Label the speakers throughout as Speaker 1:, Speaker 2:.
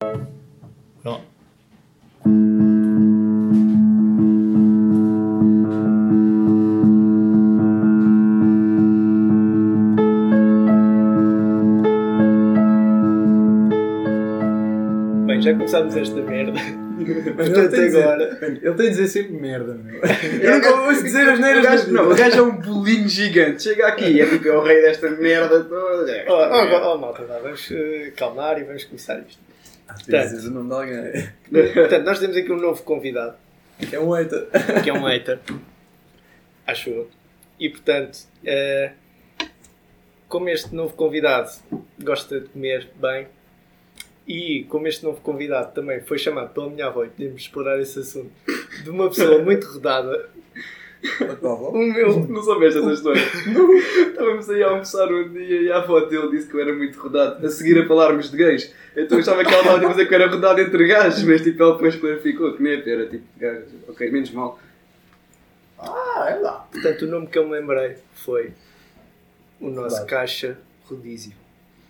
Speaker 1: Vai lá. Bem, já começámos esta merda. Mas
Speaker 2: Ele
Speaker 1: até
Speaker 2: tem de
Speaker 1: agora.
Speaker 2: Dizer, ele tem de dizer sempre merda, meu. Eu não ouço dizer as
Speaker 3: O
Speaker 2: neiras
Speaker 3: gajo, não, o gajo é um bolinho gigante. Chega aqui, é tipo, é o rei desta merda toda. é.
Speaker 1: Oh, oh, oh, malta, vá, vamos eh, calmar e vamos começar isto. Tá.
Speaker 2: Dizes o nome de alguém.
Speaker 1: Portanto, nós temos aqui um novo convidado,
Speaker 2: Que é um hater.
Speaker 1: que é um hater. Acho eu. E portanto, eh, como este novo convidado gosta de comer bem, e como este novo convidado também foi chamado pela minha avó e podemos explorar esse assunto, de uma pessoa muito rodada,
Speaker 2: Paulo.
Speaker 1: o meu.
Speaker 3: Não soubeste essa história? Estávamos aí a almoçar um dia e a avó dele disse que eu era muito rodado. A seguir a falarmos de gays. Então eu achava que ela estava a dizer que eu era rodado entre gajos, mas tipo, ela depois clarificou que nem era tipo de gajos. Ok, menos mal.
Speaker 2: Ah, é lá.
Speaker 1: Portanto, o nome que eu me lembrei foi o nosso
Speaker 2: Rodado.
Speaker 1: caixa rodízio.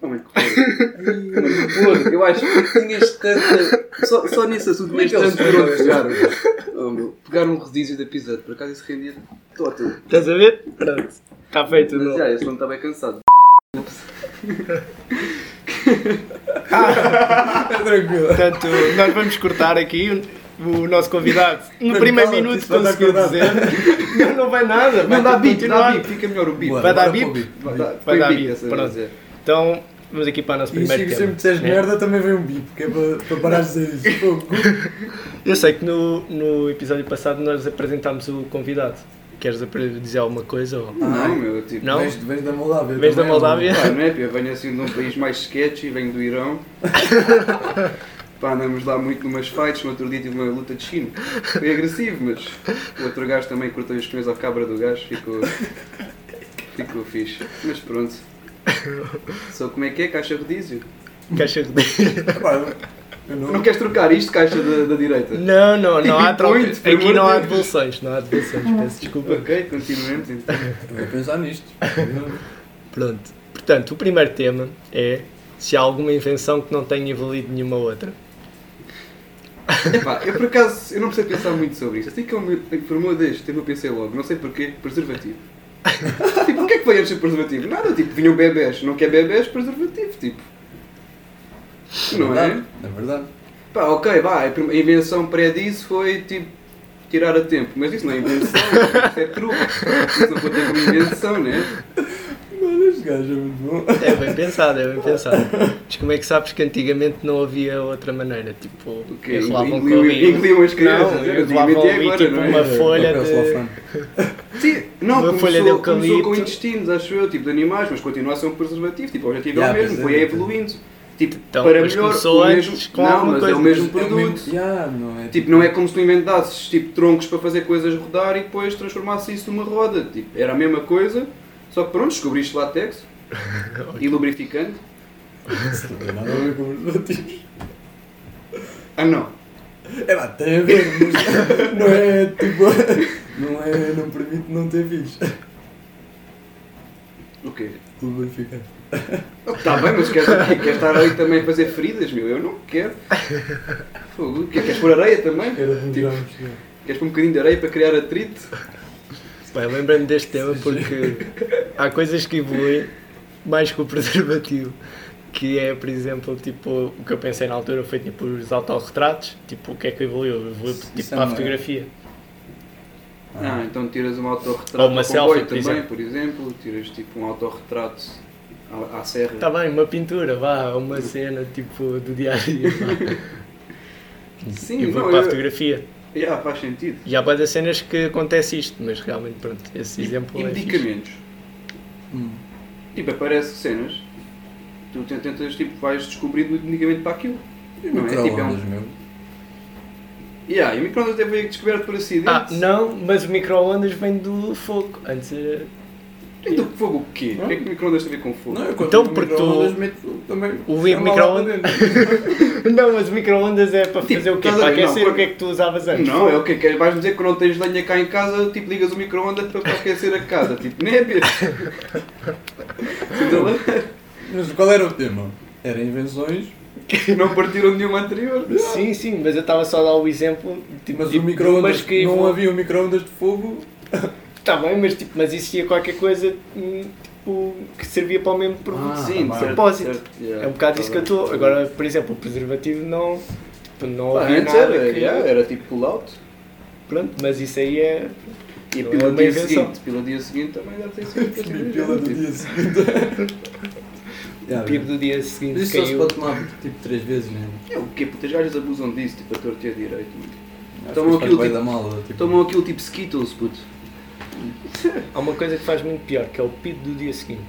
Speaker 3: Homem, Oh, que horror. Eu acho que tinhas tanta. Só, só nesse assunto
Speaker 2: Como é
Speaker 3: tinhas
Speaker 2: que eles
Speaker 3: tanto por onde pegar.
Speaker 2: fizeram
Speaker 3: Oh, meu, pegar um rodízio da pizza, por acaso isso rendia todo.
Speaker 1: Estás a ver? Pronto. Está feito o
Speaker 3: Mas
Speaker 1: nome.
Speaker 3: já, esse não está bem cansado.
Speaker 2: é Tranquilo.
Speaker 1: Portanto, nós vamos cortar aqui o- o nosso convidado no
Speaker 2: Mano,
Speaker 1: primeiro
Speaker 2: cala-te,
Speaker 1: minuto
Speaker 2: isso vai dar
Speaker 1: conseguiu
Speaker 2: cuidado.
Speaker 1: dizer. Não, não vai nada. Vai
Speaker 3: Não dá bip, dá
Speaker 1: continuar.
Speaker 3: bip, fica melhor o bip.
Speaker 2: Boa.
Speaker 1: Vai dar
Speaker 2: Bora
Speaker 1: bip?
Speaker 2: para o bip.
Speaker 3: Vai
Speaker 2: Vai.
Speaker 3: dar-
Speaker 1: Vai
Speaker 3: põe
Speaker 1: dar
Speaker 3: bip
Speaker 1: bip.
Speaker 3: dessa
Speaker 1: Pronto.
Speaker 3: vez.
Speaker 1: Então, vamos aqui para o nosso
Speaker 2: E
Speaker 1: primeiro
Speaker 2: se
Speaker 1: tema.
Speaker 2: sempre disseres
Speaker 1: né?
Speaker 2: merda, também vem um bip, que é para, para parar de dizer isso. Fogo.
Speaker 1: Eu sei que no, no episódio passado nós apresentámos o convidado. Queres apre- dizer alguma coisa? Ou...
Speaker 3: Não, meu, tipo.
Speaker 1: Não?
Speaker 2: Vens, vens da Moldávia.
Speaker 1: Vens da
Speaker 2: também,
Speaker 1: Moldávia?
Speaker 3: Pá, não é, pá, eu venho assim de um país mais sketchy, venho do Irão. Pá, andamos lá muito numas fights, no outro dia tive uma luta de chino. Foi agressivo, mas o outro gajo também cortou os pneus à cabra do gajo, ficou. Ficou fixe. Mas pronto. Só como é que é, caixa rodízio?
Speaker 1: Caixa rodízio.
Speaker 2: mano. Pá, eu não.
Speaker 3: Não queres trocar isto, caixa da, da direita?
Speaker 1: Não, não, não há troca.
Speaker 3: Muito, pelo
Speaker 1: Aqui não
Speaker 3: amor
Speaker 1: há
Speaker 3: de Deus.
Speaker 1: devoluções. Não há devoluções. Peço desculpa.
Speaker 3: Ok, continuemos então.
Speaker 2: Eu vou pensar nisto.
Speaker 1: Pronto. Portanto, o primeiro tema é se há alguma invenção que não tenha valido nenhuma outra.
Speaker 3: Epá, eu por acaso eu não preciso pensar muito sobre isto. Assim que ele me informou deste tema, eu pensei logo, não sei porquê, preservativo. tipo, o que é que veio antes do preservativo? Nada, tipo, vinham bebés, não quer bebés, preservativo, tipo. Não é?
Speaker 2: verdade, É verdade.
Speaker 3: Pá, ok, vá, a prim- a invenção pré disso foi tipo tirar a tempo, mas isso não é invenção, isso é truque. Isso não foi ter uma invenção, né?
Speaker 2: Mano, este gajo é muito bom.
Speaker 1: É bem pensado, é bem pensado. Mas como é que sabes que antigamente não havia outra maneira? Tipo,
Speaker 3: O quê?
Speaker 1: enrolavam
Speaker 3: Engoliam-
Speaker 1: Covid.
Speaker 3: engoliam as crianças,
Speaker 1: Não,
Speaker 3: era
Speaker 1: enrolavam
Speaker 3: antigamente e
Speaker 1: ali
Speaker 3: agora,
Speaker 1: tipo
Speaker 3: não é?
Speaker 1: uma folha
Speaker 2: Papel
Speaker 1: de...
Speaker 2: celofane.
Speaker 3: Sim, não,
Speaker 1: Uma
Speaker 3: começou,
Speaker 1: folha de
Speaker 3: começou com
Speaker 1: eucalipto.
Speaker 3: intestinos, acho eu, tipo de animais, mas continua a ser um preservativo, tipo, o objetivo é o
Speaker 2: Yeah,
Speaker 3: mesmo,
Speaker 2: pois é,
Speaker 3: foi
Speaker 2: pois é.
Speaker 3: evoluindo. Tipo,
Speaker 1: Então,
Speaker 3: para
Speaker 1: mas
Speaker 3: melhor,
Speaker 1: começou
Speaker 3: o
Speaker 1: antes
Speaker 3: mesmo,
Speaker 1: com
Speaker 3: não,
Speaker 1: alguma
Speaker 3: mas é
Speaker 1: coisa.
Speaker 3: o mesmo
Speaker 2: É o
Speaker 3: produto.
Speaker 2: mesmo- Yeah, não é?
Speaker 3: Tipo, não é como se tu inventasses tipo, troncos para fazer coisas rodar e depois transformasse isso numa roda. Tipo, era a mesma coisa, só que pronto, descobriste látex e lubrificante.
Speaker 2: Isso não tem nada a ver com os relativos.
Speaker 3: Ah não,
Speaker 2: É pá, tem a ver, mas não é tipo. Não é. Não permite não ter filhos.
Speaker 3: o quê?
Speaker 2: Lubrificante.
Speaker 3: Está bem, mas queres, o quê? queres estar ali também a fazer feridas, meu? Eu não quero. Fogo, o quê? Queres pôr areia também?
Speaker 2: Era de um
Speaker 3: Tipo,
Speaker 2: grão, chega.
Speaker 3: queres pôr um bocadinho de areia para criar atrito? um-
Speaker 1: Bem, lembrando deste tema porque há coisas que evoluem mais que o preservativo. Que é, por exemplo, tipo, o que eu pensei na altura foi tipo os autorretratos. Tipo, o que é que evoluiu? Evoluiu
Speaker 2: Isso-
Speaker 1: tipo,
Speaker 2: isso é
Speaker 1: para a
Speaker 2: uma-
Speaker 1: fotografia.
Speaker 3: Ah, então tiras um autorretrato
Speaker 1: é? Ou uma
Speaker 3: ao comboio
Speaker 1: selfie, por
Speaker 3: também, por exemplo, tiras tipo um autorretrato à, à serra.
Speaker 1: Está Tá bem, uma pintura, vá, uma cena tipo do dia a dia.
Speaker 3: Sim,
Speaker 1: Evoluiu
Speaker 3: não,
Speaker 1: para a
Speaker 3: eu,
Speaker 1: fotografia.
Speaker 3: yeah, faz sentido.
Speaker 1: E há bué de cenas que acontece isto, mas realmente, pronto, esse exemplo
Speaker 3: e,
Speaker 1: é fixe.
Speaker 3: medicamentos.
Speaker 1: Hum.
Speaker 3: Tipo, aparecem cenas, tu te- tentas, tipo, vais descobrindo o medicamento para aquilo. Não é? Tipo, é
Speaker 2: Microondas,
Speaker 3: um...
Speaker 2: meu.
Speaker 3: Yeah, e o microondas até foi descoberto por acidente.
Speaker 1: Ah, não, mas o micro-ondas vem do fogo. Antes era...
Speaker 3: Então, fogo o quê? O que é que o microondas tem a ver com fogo?
Speaker 2: Não, eu quando
Speaker 1: Então,
Speaker 2: digo
Speaker 1: porque tu-
Speaker 2: microondas, meto também.
Speaker 1: O
Speaker 2: chama lá
Speaker 1: microondas-
Speaker 2: para dentro.
Speaker 1: Não, mas o micro-ondas é para
Speaker 3: Tipo,
Speaker 1: fazer o quê?
Speaker 3: estás a
Speaker 1: Para
Speaker 3: ver? Não,
Speaker 1: aquecer o
Speaker 3: porque-
Speaker 1: que é que tu usavas antes?
Speaker 3: Não, é o que queres. Vais-me dizer que quando não tens lenha cá em casa, tipo, ligas o microondas para para aquecer a casa. Tipo, nem é mesmo. Então, Sinta lá.
Speaker 2: Mas qual era o tema? Era invenções
Speaker 3: Não partiram nenhuma anterior.
Speaker 1: Sim, sim, mas eu estava só a dar o exemplo. Tipo,
Speaker 2: Mas
Speaker 1: de-
Speaker 2: o micro-ondas,
Speaker 1: mas que
Speaker 2: não
Speaker 1: vou-
Speaker 2: havia um micro-ondas de fogo.
Speaker 1: Tá bem, mas, tipo, mas existia qualquer coisa hum, tipo, que servia para o mesmo produto.
Speaker 2: Ah,
Speaker 3: Sim,
Speaker 2: tá
Speaker 3: de
Speaker 2: bem.
Speaker 1: propósito.
Speaker 3: certo, yeah,
Speaker 1: é um bocado
Speaker 3: tá
Speaker 1: isso que eu
Speaker 3: bem.
Speaker 1: estou. Agora, por exemplo, o preservativo não. Tipo, não
Speaker 3: Pá,
Speaker 1: havia
Speaker 3: Ah, Antes
Speaker 1: nada
Speaker 3: era,
Speaker 1: que- é?
Speaker 3: yeah, era tipo pull-out.
Speaker 1: Pronto, mas isso aí é.
Speaker 3: E
Speaker 1: Não,
Speaker 3: pelo
Speaker 1: é uma
Speaker 3: dia
Speaker 1: invenção.
Speaker 3: seguinte, pelo dia seguinte também deve ter sido
Speaker 2: E pila do
Speaker 3: tipo,
Speaker 2: dia seguinte.
Speaker 1: O PIB do dia seguinte
Speaker 2: Tá Isso só se
Speaker 1: caiu.
Speaker 2: pode tomar tipo 3 vezes mesmo.
Speaker 3: É o quê? Putas gajas abusam disso, tipo, a torta e a direito. mano.
Speaker 2: Acho
Speaker 3: Tomam
Speaker 2: que isso faz
Speaker 3: aquilo,
Speaker 2: bué
Speaker 3: tipo-
Speaker 2: da mala. Tipo,
Speaker 3: Tomam aquilo tipo Skittles, puto.
Speaker 1: Há uma coisa que faz muito pior, que é o PIB do dia seguinte.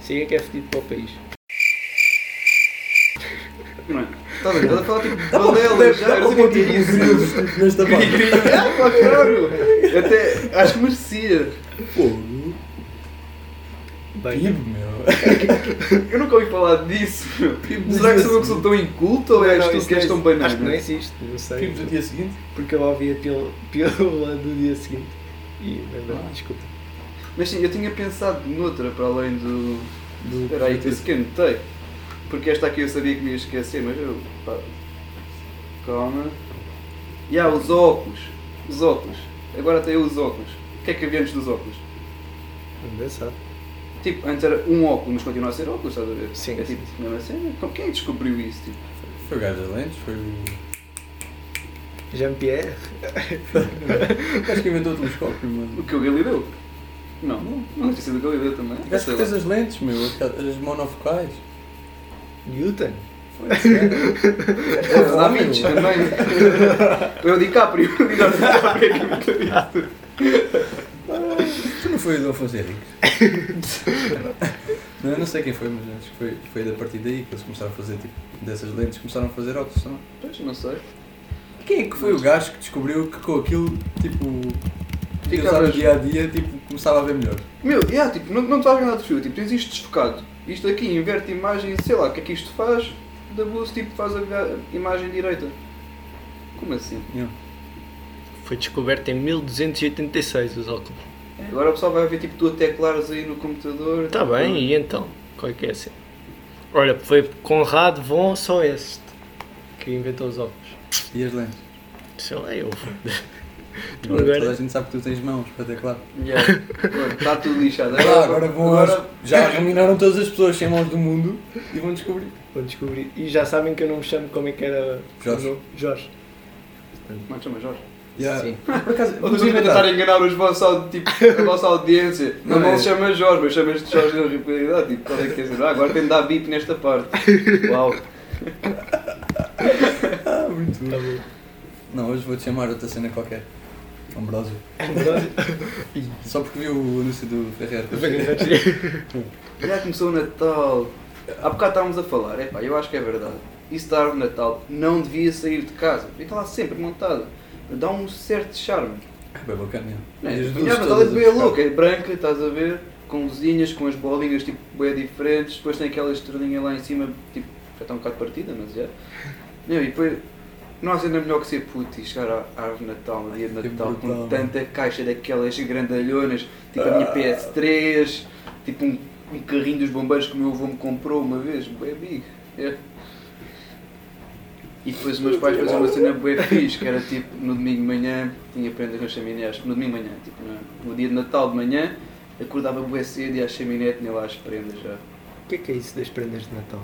Speaker 1: Isso aí é que é fedido para o país.
Speaker 3: Não é? Tá bem, estás a falar tipo de
Speaker 2: Dá para
Speaker 3: balelas, já, não sei o que é
Speaker 2: tipo
Speaker 3: isso.
Speaker 2: grilos tipo, nesta parte.
Speaker 3: Ah, pá, claro! Até acho que merecia.
Speaker 2: Fogo.
Speaker 1: Bem,
Speaker 2: PIB, meu.
Speaker 3: Eu nunca ouvi falar disso, meu.
Speaker 2: Tipo,
Speaker 3: Será que
Speaker 2: diz
Speaker 3: sou eu que
Speaker 2: assim.
Speaker 3: sou tão inculto ou és
Speaker 1: Não,
Speaker 3: tu
Speaker 1: isso
Speaker 3: é que és
Speaker 1: não-
Speaker 3: tão banana?
Speaker 1: Acho que não existe, não sei.
Speaker 2: PIB do dia seguinte?
Speaker 1: Porque eu ouvi a pílula, pílula do dia seguinte. E lembrei-me,
Speaker 2: Ah.
Speaker 1: desculpa.
Speaker 3: Mas sim, eu tinha pensado noutra para além do.
Speaker 2: Do-
Speaker 3: Espera aí, que eu esquentei. Porque esta aqui eu sabia que me ia esquecer, mas eu. Pá. Calma. E há os óculos. Os óculos. Agora até eu os óculos. O que é que havia antes dos óculos?
Speaker 1: Engraçado.
Speaker 3: Tipo, antes era um óculos, mas continua a ser óculos, estás a ver?
Speaker 1: Sim,
Speaker 3: É
Speaker 1: sim,
Speaker 3: tipo, mesmo assim, como quem descobriu isso? Tipo?
Speaker 2: Foi o gajo das lentes, foi o.
Speaker 1: Jean-Pierre?
Speaker 2: Acho que inventou o telescópio,
Speaker 3: O
Speaker 2: mano.
Speaker 3: que é o Galileu? Não,
Speaker 2: Não.
Speaker 3: não deve ter sido o Galileu também.
Speaker 2: Tiveste
Speaker 3: Sei
Speaker 2: que
Speaker 3: lá.
Speaker 2: fez as lentes, meu, as monofocais.
Speaker 1: Newton?
Speaker 2: Foi esse
Speaker 3: né?
Speaker 2: gajo.
Speaker 3: É, os amigos
Speaker 2: Meu.
Speaker 3: também. Foi o DiCaprio. O DiCaprio é que inventou isto.
Speaker 2: Tu não foi o Dom Fonseca Não, eu não sei quem foi, mas acho que foi, foi da partir daí que eles começaram a fazer, tipo, dessas lentes, começaram a fazer óculos. não?
Speaker 3: Pois, não sei.
Speaker 2: Quem é que foi o gajo que descobriu que com aquilo, tipo, de
Speaker 3: Ficava-
Speaker 2: usar no dia a dia, tipo, começava a ver melhor?
Speaker 3: Meu, yeah, tipo, não, não te vais ganhar de fio, tipo, tens isto desfocado. Isto aqui inverte imagem, sei lá, o que é que isto faz? Da bolsa, tipo, faz a ga- imagem direita. Como assim?
Speaker 1: Foi descoberto em 1286 os óculos.
Speaker 3: Agora o pessoal vai ver, tipo, tu a teclares aí no computador. tipo,
Speaker 1: Está bem, e então? Qual é que é assim? Olha, foi Conrado von Soest que inventou os óculos.
Speaker 2: E as lentes?
Speaker 1: Sei lá, eu. Então
Speaker 2: Agora, Toda a
Speaker 1: agora.
Speaker 2: gente sabe que tu tens mãos para teclar.
Speaker 3: Yeah. Agora, Está tá tudo lixado.
Speaker 2: Ah, agora vão
Speaker 3: agora-
Speaker 2: aos- Já eliminaram todas as pessoas sem mãos do mundo e vão descobrir.
Speaker 1: Vou descobrir. E já sabem que eu não me chamo como é que era.
Speaker 2: Jorge.
Speaker 1: o nome? Jorge.
Speaker 3: Como é que chama, Jorge?
Speaker 1: Sim.
Speaker 2: Ah, Por acaso,
Speaker 3: Ou
Speaker 2: vamos
Speaker 3: tu a tentar
Speaker 2: inventar.
Speaker 3: enganar os vossos, aud- tipo, a vossa audiência. Não,
Speaker 2: Não
Speaker 3: não
Speaker 2: é.
Speaker 3: se chama Jorge, mas chamas-te Jorge na realidade. Tipo, qual é que é dizer? Ah, agora tem de dar bip nesta parte. Uau.
Speaker 2: Ah, muito
Speaker 1: Tá
Speaker 2: bom.
Speaker 1: bom.
Speaker 2: Não, hoje vou-te chamar outra cena qualquer. Ambrósio.
Speaker 1: É
Speaker 2: Só porque vi o anúncio do Ferreira.
Speaker 3: Já começou o Natal. Há bocado estávamos a falar, epá, eu acho que é verdade. Isso da árvore de Natal não devia sair de casa. Fica lá sempre montada. Dá um certo charme.
Speaker 2: É bem bacana.
Speaker 3: Não é?
Speaker 2: E as
Speaker 3: A árvore de
Speaker 2: luzes
Speaker 3: Natal é
Speaker 2: todas a
Speaker 3: bem
Speaker 2: piscar.
Speaker 3: louca, é branca, estás a ver? Com luzinhas, com as bolinhas tipo bem diferentes. Depois tem aquela estrelinha lá em cima, tipo, já está um bocado partida, mas já. Não, e depois. Não há cena melhor que ser puto e chegar à à árvore de Natal, no dia de
Speaker 2: Que
Speaker 3: Natal, com
Speaker 2: brutal. Ah.
Speaker 3: tanta caixa daquelas grandalhonas, tipo a minha PS3, tipo um, um carrinho dos bombeiros que o meu avô me comprou uma vez, bué big. é. E depois os meus pais faziam uma cena bué fixe, que era tipo, no domingo de manhã, tinha prendas na chaminé, acho que no domingo de manhã, tipo, no, no dia de Natal de manhã, acordava bué cedo e à chaminé tinha lá as prendas já.
Speaker 1: O que é que é isso das prendas de Natal?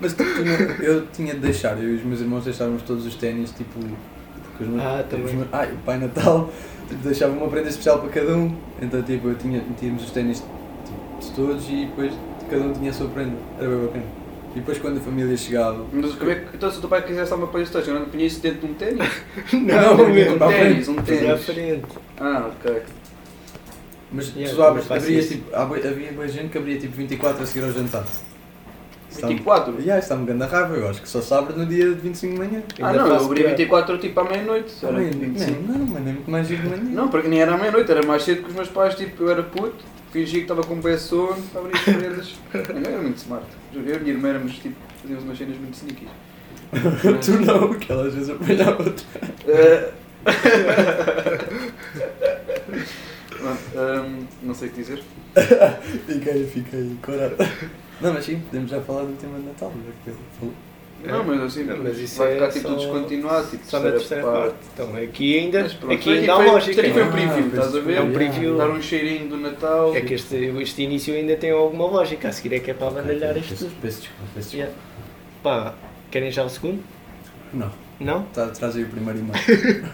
Speaker 2: Mas tipo, tu não- eu tinha de deixar, eu e os meus irmãos deixávamos todos os ténis, tipo. Porque os meus, tipo,
Speaker 1: Ah, também.
Speaker 2: os meus- ai, o Pai Natal tipo, deixava uma prenda especial para cada um. Então, tipo, eu tinha, tínhamos os ténis tipo, de todos e depois cada um tinha a sua prenda. Era bem bacana. E depois, quando a família chegava.
Speaker 3: Mas como é que, então se o teu pai quisesse dar uma Playstation, não punha isso dentro de um ténis?
Speaker 2: Não,
Speaker 1: meu.
Speaker 3: Um
Speaker 2: para a
Speaker 3: ténis, um
Speaker 1: Para a
Speaker 3: ténis.
Speaker 1: frente.
Speaker 3: Ah, ok.
Speaker 2: Mas
Speaker 1: Yeah,
Speaker 2: tu abres,
Speaker 1: também faço
Speaker 2: abrias
Speaker 1: isso.
Speaker 2: tipo. há boi- Havia boa gente que abria tipo 24 a seguir ao jantar. Isso dá-me-
Speaker 3: 24?
Speaker 2: Yeah, está-me grande raiva, eu acho que só se abre no dia de 25 de manhã.
Speaker 3: Ah
Speaker 1: Ainda
Speaker 3: não, eu
Speaker 1: faço é.
Speaker 3: abri
Speaker 1: pior.
Speaker 3: 24 tipo à meia-noite. Era
Speaker 2: Também,
Speaker 3: 25.
Speaker 2: Não, mano, é muito mais giro de manhã.
Speaker 3: Não, porque nem era à meia-noite, era mais cedo que os meus pais, tipo, eu era puto, fingia que estava com um pé sono, abria as paredes. Não, era muito smart. Juro, Eu e a minha irmã éramos, tipo, fazíamos umas cenas muito sneakies.
Speaker 2: tu não, que ela às vezes apanha outra.
Speaker 3: Eh, Pronto, ehm, não sei o que dizer.
Speaker 2: Fica aí, fica aí, corada. Não, mas sim, podemos já falar do tema de Natal. né, que ele falou.
Speaker 3: Não, mas assim,
Speaker 1: É. Não, mas isso
Speaker 3: vai
Speaker 1: é
Speaker 3: ficar tipo
Speaker 1: só-
Speaker 3: tudo descontinuado, tipo
Speaker 1: Só na terceira parte. Então aqui ainda,
Speaker 3: Mas pronto,
Speaker 1: aqui ainda há
Speaker 3: foi,
Speaker 1: lógica.
Speaker 3: Aqui foi
Speaker 1: não
Speaker 3: um
Speaker 1: é?
Speaker 3: preview,
Speaker 2: Ah,
Speaker 3: estás a ver?
Speaker 1: é um preview.
Speaker 3: Dar um cheirinho do Natal.
Speaker 1: É que este, este início ainda tem alguma lógica. A seguir é que é para abandalhar isto
Speaker 2: Peço
Speaker 1: tudo.
Speaker 2: peço desculpa, peço desculpa.
Speaker 1: Yeah. Pá, querem já o segundo?
Speaker 2: Não,
Speaker 1: Não?
Speaker 2: tá, traz aí o primeiro e-mail.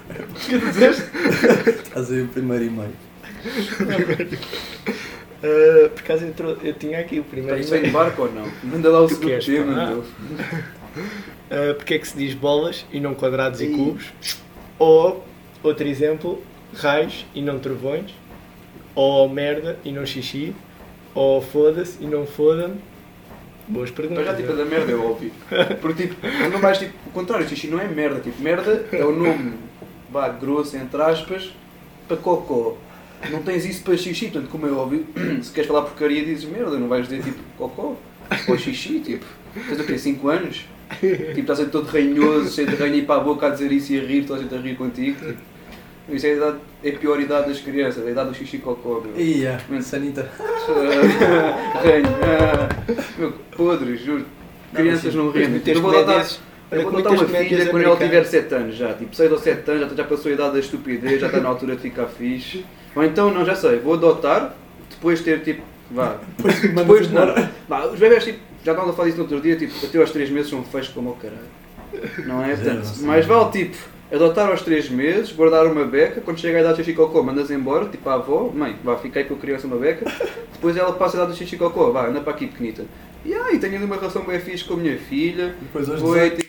Speaker 1: Que dizeste?
Speaker 2: traz aí o primeiro e-mail.
Speaker 3: Eh,
Speaker 1: Ah, por acaso eu, trou- eu tinha aqui o primeiro.
Speaker 3: Estás em barco ou não? Manda lá o
Speaker 1: Tu
Speaker 3: segundo
Speaker 1: queres
Speaker 3: tema,
Speaker 1: parar?
Speaker 3: meu.
Speaker 1: Ah, porque é que se diz bolas e não quadrados e cubos? Ou, outro exemplo, raios e não trovões? Ou merda e não xixi? Ou foda-se e não foda-me? Boas perguntas.
Speaker 3: Mas já tipo é
Speaker 1: não é?
Speaker 3: da merda, é óbvio. Porque tipo, não vais tipo, o contrário, xixi não é merda, tipo, merda é o nome, vá, grosso, entre aspas, para cocó. Não tens isso para xixi, portanto, como é óbvio, se queres falar porcaria dizes merda, não vais dizer tipo cocó ou xixi, tipo. Tens o quê, 5 anos? Tipo, estás sempre todo ranhoso, cheio de ranho e para a boca a dizer isso e a rir, toda a gente a rir contigo. Tipo. Isso é a, idade, é a pior idade das crianças, é a idade do xixi e cocó, meu.
Speaker 2: Ia, Sanita.
Speaker 3: Ranho. ah, Meu, podre, juro. Crianças não rendem.
Speaker 1: muitas
Speaker 3: Eu vou adotar-
Speaker 1: comédias-
Speaker 3: eu
Speaker 1: olha
Speaker 3: vou
Speaker 1: que
Speaker 3: adotar
Speaker 1: muitas
Speaker 3: uma filha
Speaker 1: comédias
Speaker 3: quando ela é tiver
Speaker 1: americanas-
Speaker 3: 7 anos já. Tipo, 6 ou 7 anos, já, já passou a idade da estupidez, já está na altura de ficar fixe. Ou então, não, já sei, vou adotar, depois ter tipo. Vá.
Speaker 2: Depois,
Speaker 3: Depois não. Vá, os bebés tipo, já estão a falar isso no outro dia, tipo, até aos 3 meses são feios como o caralho. Não é?
Speaker 2: Zero,
Speaker 3: Portanto,
Speaker 2: sim.
Speaker 3: mas vale tipo. Adotar aos 3 meses, guardar uma beca, quando chega a idade do xixi cocô, mandas embora, tipo a avó, mãe, vá, fica aí que eu queria essa uma beca, depois ela passa a idade do xixi cocô, vá, anda para aqui pequenita. E aí, tenho ali uma relação bem fixe com a minha filha,
Speaker 2: Depois hoje
Speaker 3: foi tipo,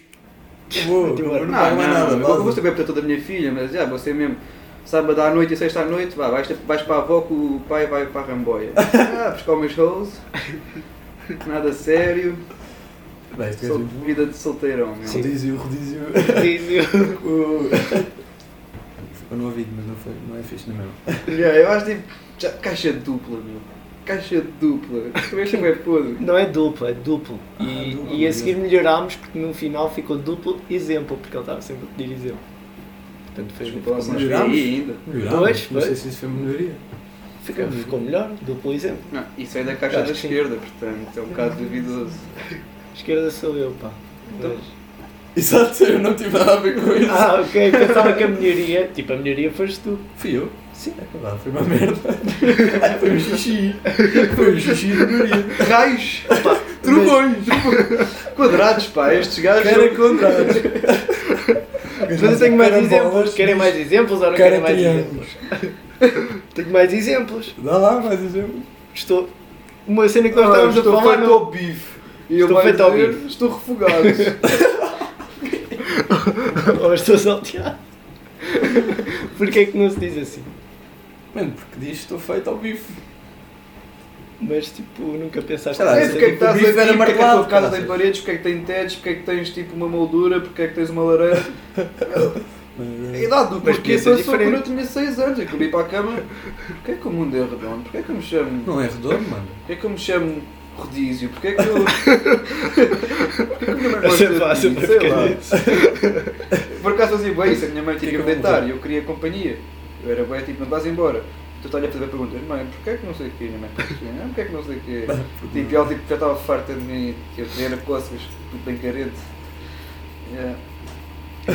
Speaker 2: Vou,
Speaker 1: Não,
Speaker 2: vou, não
Speaker 3: não,
Speaker 2: pago mais nada.
Speaker 3: não, não, eu vou
Speaker 2: basta.
Speaker 3: saber portanto da minha filha, mas já, você mesmo, sábado à noite e sexta à noite, vá, vais, vais para a avó que o pai vai para a ramboia. Ah, buscar umas shows, nada sério,
Speaker 2: Vai, este
Speaker 3: sol-
Speaker 2: gajo é
Speaker 3: vida de solteirão, meu.
Speaker 2: muito- Rodízio, rodízio.
Speaker 1: Rodízio.
Speaker 2: O- Ficou no ouvido, mas não, foi, não é fixe, não é mesmo?
Speaker 3: Yeah, eu acho tipo, já, caixa dupla, meu. Caixa dupla. Tu és também podre.
Speaker 1: Não é duplo, é duplo.
Speaker 2: Ah,
Speaker 1: e,
Speaker 2: duplo,
Speaker 1: e a
Speaker 2: meu
Speaker 1: seguir
Speaker 2: Deus.
Speaker 1: melhorámos porque no final ficou duplo exemplo, porque ele estava sempre a pedir exemplo. Portanto, fez
Speaker 3: Desculpa lá
Speaker 1: ficou,
Speaker 3: se
Speaker 1: melhor.
Speaker 3: nós
Speaker 2: melhorámos?
Speaker 3: aí ainda.
Speaker 2: Melhorámos?
Speaker 1: Pois,
Speaker 2: Não sei
Speaker 1: pois.
Speaker 2: se isso foi melhoria.
Speaker 1: Ficou, ficou melhor, duplo exemplo.
Speaker 3: Não, isso é da caixa
Speaker 1: Acho
Speaker 3: da
Speaker 1: que sim.
Speaker 3: esquerda, portanto, é um bocado duvidoso.
Speaker 1: Esquerda sou eu, pá.
Speaker 3: Então-
Speaker 1: Mas-
Speaker 2: Exato, eu não tive nada a ver com isso.
Speaker 1: Ah, ok, pensava que a melhoria, tipo, a melhoria foste tu.
Speaker 2: Fui eu?
Speaker 1: Sim.
Speaker 2: É verdade, foi uma merda. foi um xixi. Foi um xixi de melhoria.
Speaker 3: Raios!
Speaker 2: Trovões!
Speaker 3: Quadrados, pá, estes gajos.
Speaker 2: Cara quadrados.
Speaker 1: Mas eu tenho mais exemplos.
Speaker 2: Carambolas,
Speaker 1: Querem mais exemplos ou não
Speaker 2: Cara
Speaker 1: querem mais exemplos?
Speaker 2: triângulos.
Speaker 1: Tenho mais exemplos.
Speaker 2: Dá lá mais exemplos.
Speaker 1: Estou. Uma cena que nós
Speaker 3: Ah,
Speaker 1: estávamos a
Speaker 3: estou
Speaker 1: falar.
Speaker 3: feito
Speaker 1: no-
Speaker 3: ao bife. E
Speaker 1: Estou
Speaker 3: ele vai
Speaker 1: feito ao
Speaker 3: dizer,
Speaker 1: bife.
Speaker 3: Estou refogado.
Speaker 1: Ou Oh, estou salteado. Porquê é que não se diz assim?
Speaker 2: Mano, porque diz que estou feito ao bife.
Speaker 1: Mas tipo, nunca pensaste
Speaker 2: Sei lá,
Speaker 3: É,
Speaker 1: nisso.
Speaker 2: isso
Speaker 3: porque é que
Speaker 2: tipo, o
Speaker 3: estás
Speaker 2: bife
Speaker 3: aqui?
Speaker 2: era
Speaker 3: Porque é que a
Speaker 2: martelado,
Speaker 3: tua casa tem
Speaker 2: caraças.
Speaker 3: paredes? Porque é que tem tetos? Porque é que tens tipo uma moldura? Porque é que tens uma lareira? A idade do
Speaker 1: Hum. Mas
Speaker 3: porquê
Speaker 1: podia ser
Speaker 3: passou
Speaker 1: diferente.
Speaker 3: quando eu tinha 6 anos. Eu corri para a cama. Porquê é que o mundo é redondo? Porquê é que eu me chamo.
Speaker 2: Não é redondo, mano.
Speaker 3: Porquê é que eu me chamo Rodízio? Porquê é que eu. Porquê é que a minha mãe
Speaker 1: Essa
Speaker 3: gosta
Speaker 1: é
Speaker 3: de
Speaker 1: fácil
Speaker 3: mim?
Speaker 1: para
Speaker 3: Sei
Speaker 1: ficar
Speaker 3: lá.
Speaker 1: nisso.
Speaker 3: Por acaso fazia bem isso, a minha mãe tinha que
Speaker 2: Fica
Speaker 3: me deitar
Speaker 2: bom.
Speaker 3: e eu queria companhia. Eu era bem tipo, não vais embora. Tu estás a fazer perguntas, mãe, porquê é que não sei o quê? Minha mãe, "Ah, porquê é que não sei o quê? Tipo, e ela tipo, já estava farta de mim, que eu tinha era cócegas, tudo bem carente. Yeah.
Speaker 1: É,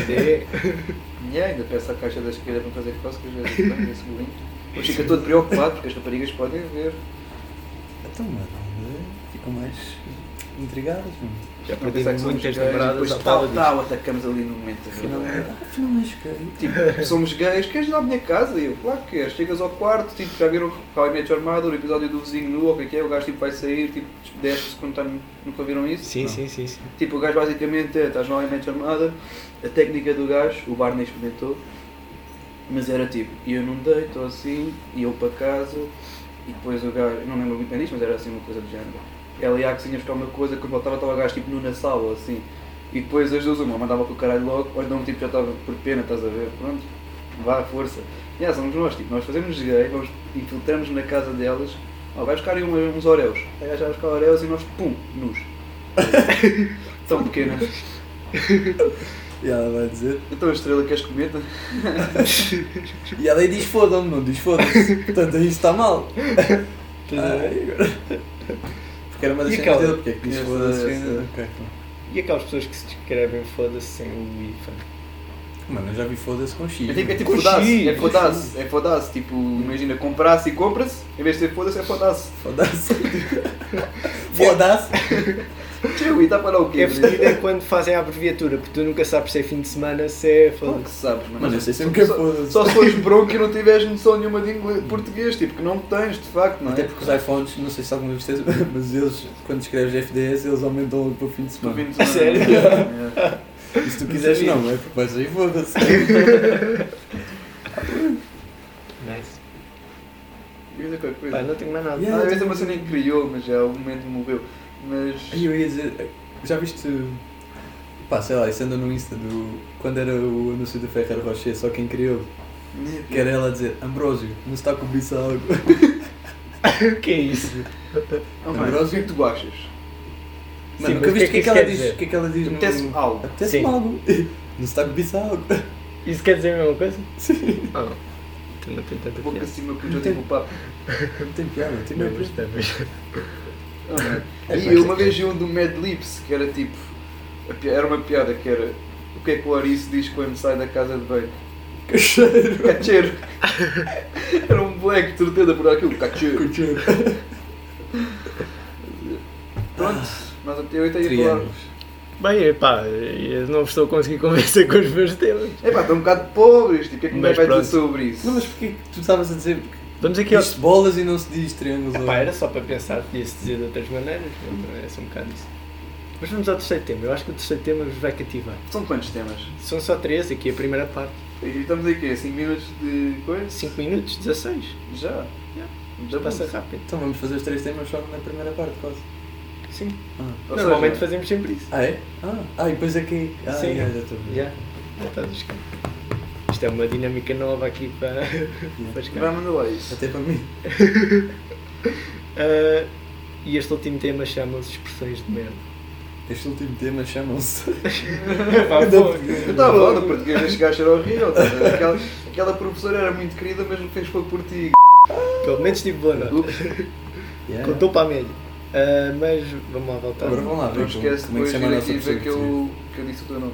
Speaker 3: E ainda peço à caixa da esquerda para me fazer cócegas, eu disse, bem, nesse bolinho. Mas fica todo preocupado porque as raparigas podem ver.
Speaker 2: Então, mano, eh, ficam mais intrigadas, mano.
Speaker 1: Já
Speaker 3: Não
Speaker 1: perdi
Speaker 3: pensar que somos
Speaker 1: muitas
Speaker 3: gays,
Speaker 1: namoradas
Speaker 3: depois
Speaker 1: à
Speaker 3: tal,
Speaker 1: pala disso.
Speaker 3: tal, atacamos ali no momento da
Speaker 2: Afinal,
Speaker 1: É.
Speaker 3: verdade.
Speaker 2: afinal não cheguei.
Speaker 3: Tipo, somos gays, queres ir à minha casa? E eu, claro que queres. Chegas ao quarto, tipo, já viram How I Met Your Mother, o episódio do vizinho nu, ou o que é que é, o gajo tipo, vai sair, tipo, 10 segundos, tá- nunca viram isso?
Speaker 1: Sim,
Speaker 2: Não.
Speaker 1: sim, sim, sim.
Speaker 3: Tipo, o gajo basicamente é, estás no How I Met Your Mother, a técnica do gajo, o Barney experimentou, mas era tipo, e eu não deito assim, e eu para casa, e depois o gajo, não lembro muito bem disto, mas era assim uma coisa do género. Ela ia à cozinha buscar uma coisa, quando voltava estava o gajo tipo nu na sala, ou assim, e depois as duas uma, mandava com o caralho logo, ou então tipo já estava por pena, estás a ver, pronto, vá, força. E yeah, somos nós, tipo, nós fazemos gay, vamos, infiltramos na casa delas, ó, vai buscar aí uma- uns Oreos, a gaja vai buscar Oreos e nós, pum, nus. Tão pequenas.
Speaker 2: E ela vai dizer.
Speaker 3: Então a estrela queres comer?
Speaker 2: E ela aí diz fodam-me, não diz foda-se. Portanto, aí está mal.
Speaker 1: Estás a ver?
Speaker 2: Ai, agora. Porque Porque era uma das
Speaker 1: E
Speaker 2: cenas
Speaker 1: aquela?
Speaker 2: dele, porque é que disse
Speaker 3: Essa-
Speaker 2: foda-se.
Speaker 3: essa-
Speaker 2: Ok. então.
Speaker 1: E aquelas pessoas que se descrevem foda-se sem um o IFA?
Speaker 2: Mano, eu já vi foda-se com X.
Speaker 3: É tipo, é tipo
Speaker 1: Com
Speaker 3: foda-se,
Speaker 1: X.
Speaker 3: é foda-se, é foda-se. Tipo, imagina, comprar-se e compra-se, em vez de ser foda-se, é foda-se.
Speaker 2: Foda-se. Foda-se.
Speaker 3: Tio, e dá para o quê?
Speaker 1: É fedido é quando fazem a abreviatura, porque tu nunca sabes se é fim de semana, se é
Speaker 3: Claro
Speaker 1: foda-se.
Speaker 3: que sabes, mano.
Speaker 2: Mas eu sei sempre que é
Speaker 3: Só-
Speaker 2: foda-se.
Speaker 3: Só se fores bronco e não tiveres noção nenhuma de inglês, português, tipo, que não tens, de facto, não é?
Speaker 2: Até porque os iPhones, não sei se alguma vez tens, mas eles, quando escreves FDS, eles aumentam logo para o fim de
Speaker 3: Tu
Speaker 2: semana.
Speaker 3: vindes uma-
Speaker 1: Sério?
Speaker 3: Yeah.
Speaker 2: E se tu quiseres,
Speaker 1: sabia.
Speaker 2: não, é porque vais aí foda-se.
Speaker 1: Nice.
Speaker 3: Diz outra coisa.
Speaker 1: Pá, não tenho mais nada.
Speaker 2: Yeah.
Speaker 3: Ah, às vezes é uma cena que criou, mas já o momento morreu. Mas.
Speaker 2: Aí eu ia dizer, já viste. Pá, sei lá, isso anda no Insta do. Quando era o anúncio do Ferreira Rocher, só quem criou. Que era ela a dizer: Ambrósio, não se está com isso algo.
Speaker 1: O que é isso?
Speaker 3: Oh, mano, o que é que tu achas?
Speaker 1: mas
Speaker 2: Mano, nunca
Speaker 1: o que
Speaker 2: viste
Speaker 1: é
Speaker 2: o
Speaker 1: que isso
Speaker 2: que é que ela
Speaker 1: quer
Speaker 2: diz?
Speaker 1: dizer?
Speaker 2: O que é que ela diz? no-
Speaker 3: Apetece algo.
Speaker 2: Apetece-me
Speaker 1: Sim.
Speaker 2: algo. Não se está com isso algo.
Speaker 1: Isso quer dizer a mesma coisa?
Speaker 2: Sim.
Speaker 1: Ah, não. Então não tenho tanta
Speaker 3: Um pouco
Speaker 1: piada.
Speaker 3: acima que eu já tive o papo.
Speaker 2: Não tem piada, não tem
Speaker 1: Não, mas
Speaker 2: piada.
Speaker 1: tá, mas-
Speaker 3: Ah, mano.
Speaker 2: É,
Speaker 3: E
Speaker 2: mas
Speaker 3: eu uma
Speaker 2: é
Speaker 3: vez vi um do Mad Lips que era tipo. a pi- Era uma piada que era. O que é que o Arice diz quando sai da casa de banho?
Speaker 2: Cacheiro.
Speaker 3: Cacheiro! Era um moleque de certeza por aquilo,
Speaker 2: É
Speaker 3: cacheiro!
Speaker 2: Cacheiro.
Speaker 3: Pronto, mas até eu até ia falar.
Speaker 2: Triângulos.
Speaker 1: Bem, pá, eu não vos estou a conseguir convencer com os meus temas.
Speaker 3: Epá, estão um bocado pobres, tipo, o que é que ninguém
Speaker 1: Mas
Speaker 3: vai dizer
Speaker 1: pronto.
Speaker 3: sobre isso?
Speaker 2: Não, mas porquê que tu estavas a dizer?
Speaker 1: Vamos aqui ao...
Speaker 2: Diz bolas e não se diz triângulos.
Speaker 1: É Epá, era só para pensar, podia-se dizer de outras maneiras, mas é só um bocado isso. Mas vamos ao terceiro tema, eu acho que o terceiro tema vos vai cativar.
Speaker 3: São quantos temas?
Speaker 1: São só três aqui, a primeira parte.
Speaker 3: E estamos aí quê? 5 minutos de coisa?
Speaker 1: 5 minutos, 16.
Speaker 3: Já?
Speaker 1: Já.
Speaker 3: Já
Speaker 1: Passa
Speaker 3: bom.
Speaker 1: rápido.
Speaker 2: Então vamos fazer os três temas só na primeira parte, quase.
Speaker 1: Sim.
Speaker 3: Ou
Speaker 1: Normalmente
Speaker 3: seja,
Speaker 1: fazemos sempre isso.
Speaker 2: Ah, é? Ah, ah e depois é que. Ah,
Speaker 1: Sim.
Speaker 2: já, já estou a ver.
Speaker 1: Já. Já está a chegar. Isto é uma dinâmica nova aqui para, para
Speaker 3: Vai
Speaker 1: chegar.
Speaker 3: mandar lá isso.
Speaker 2: Até para mim.
Speaker 1: Ah, e este último tema chama-se Expressões de Merda.
Speaker 2: Este último tema chamam-se.
Speaker 1: Pá, pô,
Speaker 2: Eu dou-
Speaker 3: Eu estava a falar do português, este gajo era horrível. tá a ver? Aquela, aquela professora era muito querida, mas não fez pouco por ti.
Speaker 1: Pelo menos tive boa nota.
Speaker 3: Ups,
Speaker 2: Yeah.
Speaker 1: Contou para a média. Ah, mas vamos lá voltar.
Speaker 2: Agora vão lá ver
Speaker 3: não
Speaker 2: como-
Speaker 3: esquece
Speaker 2: como é que
Speaker 3: depois
Speaker 2: se
Speaker 3: de
Speaker 2: chama a nossa
Speaker 3: vir aqui
Speaker 2: professora
Speaker 3: ver
Speaker 2: de
Speaker 3: que eu, que eu disse o teu nome.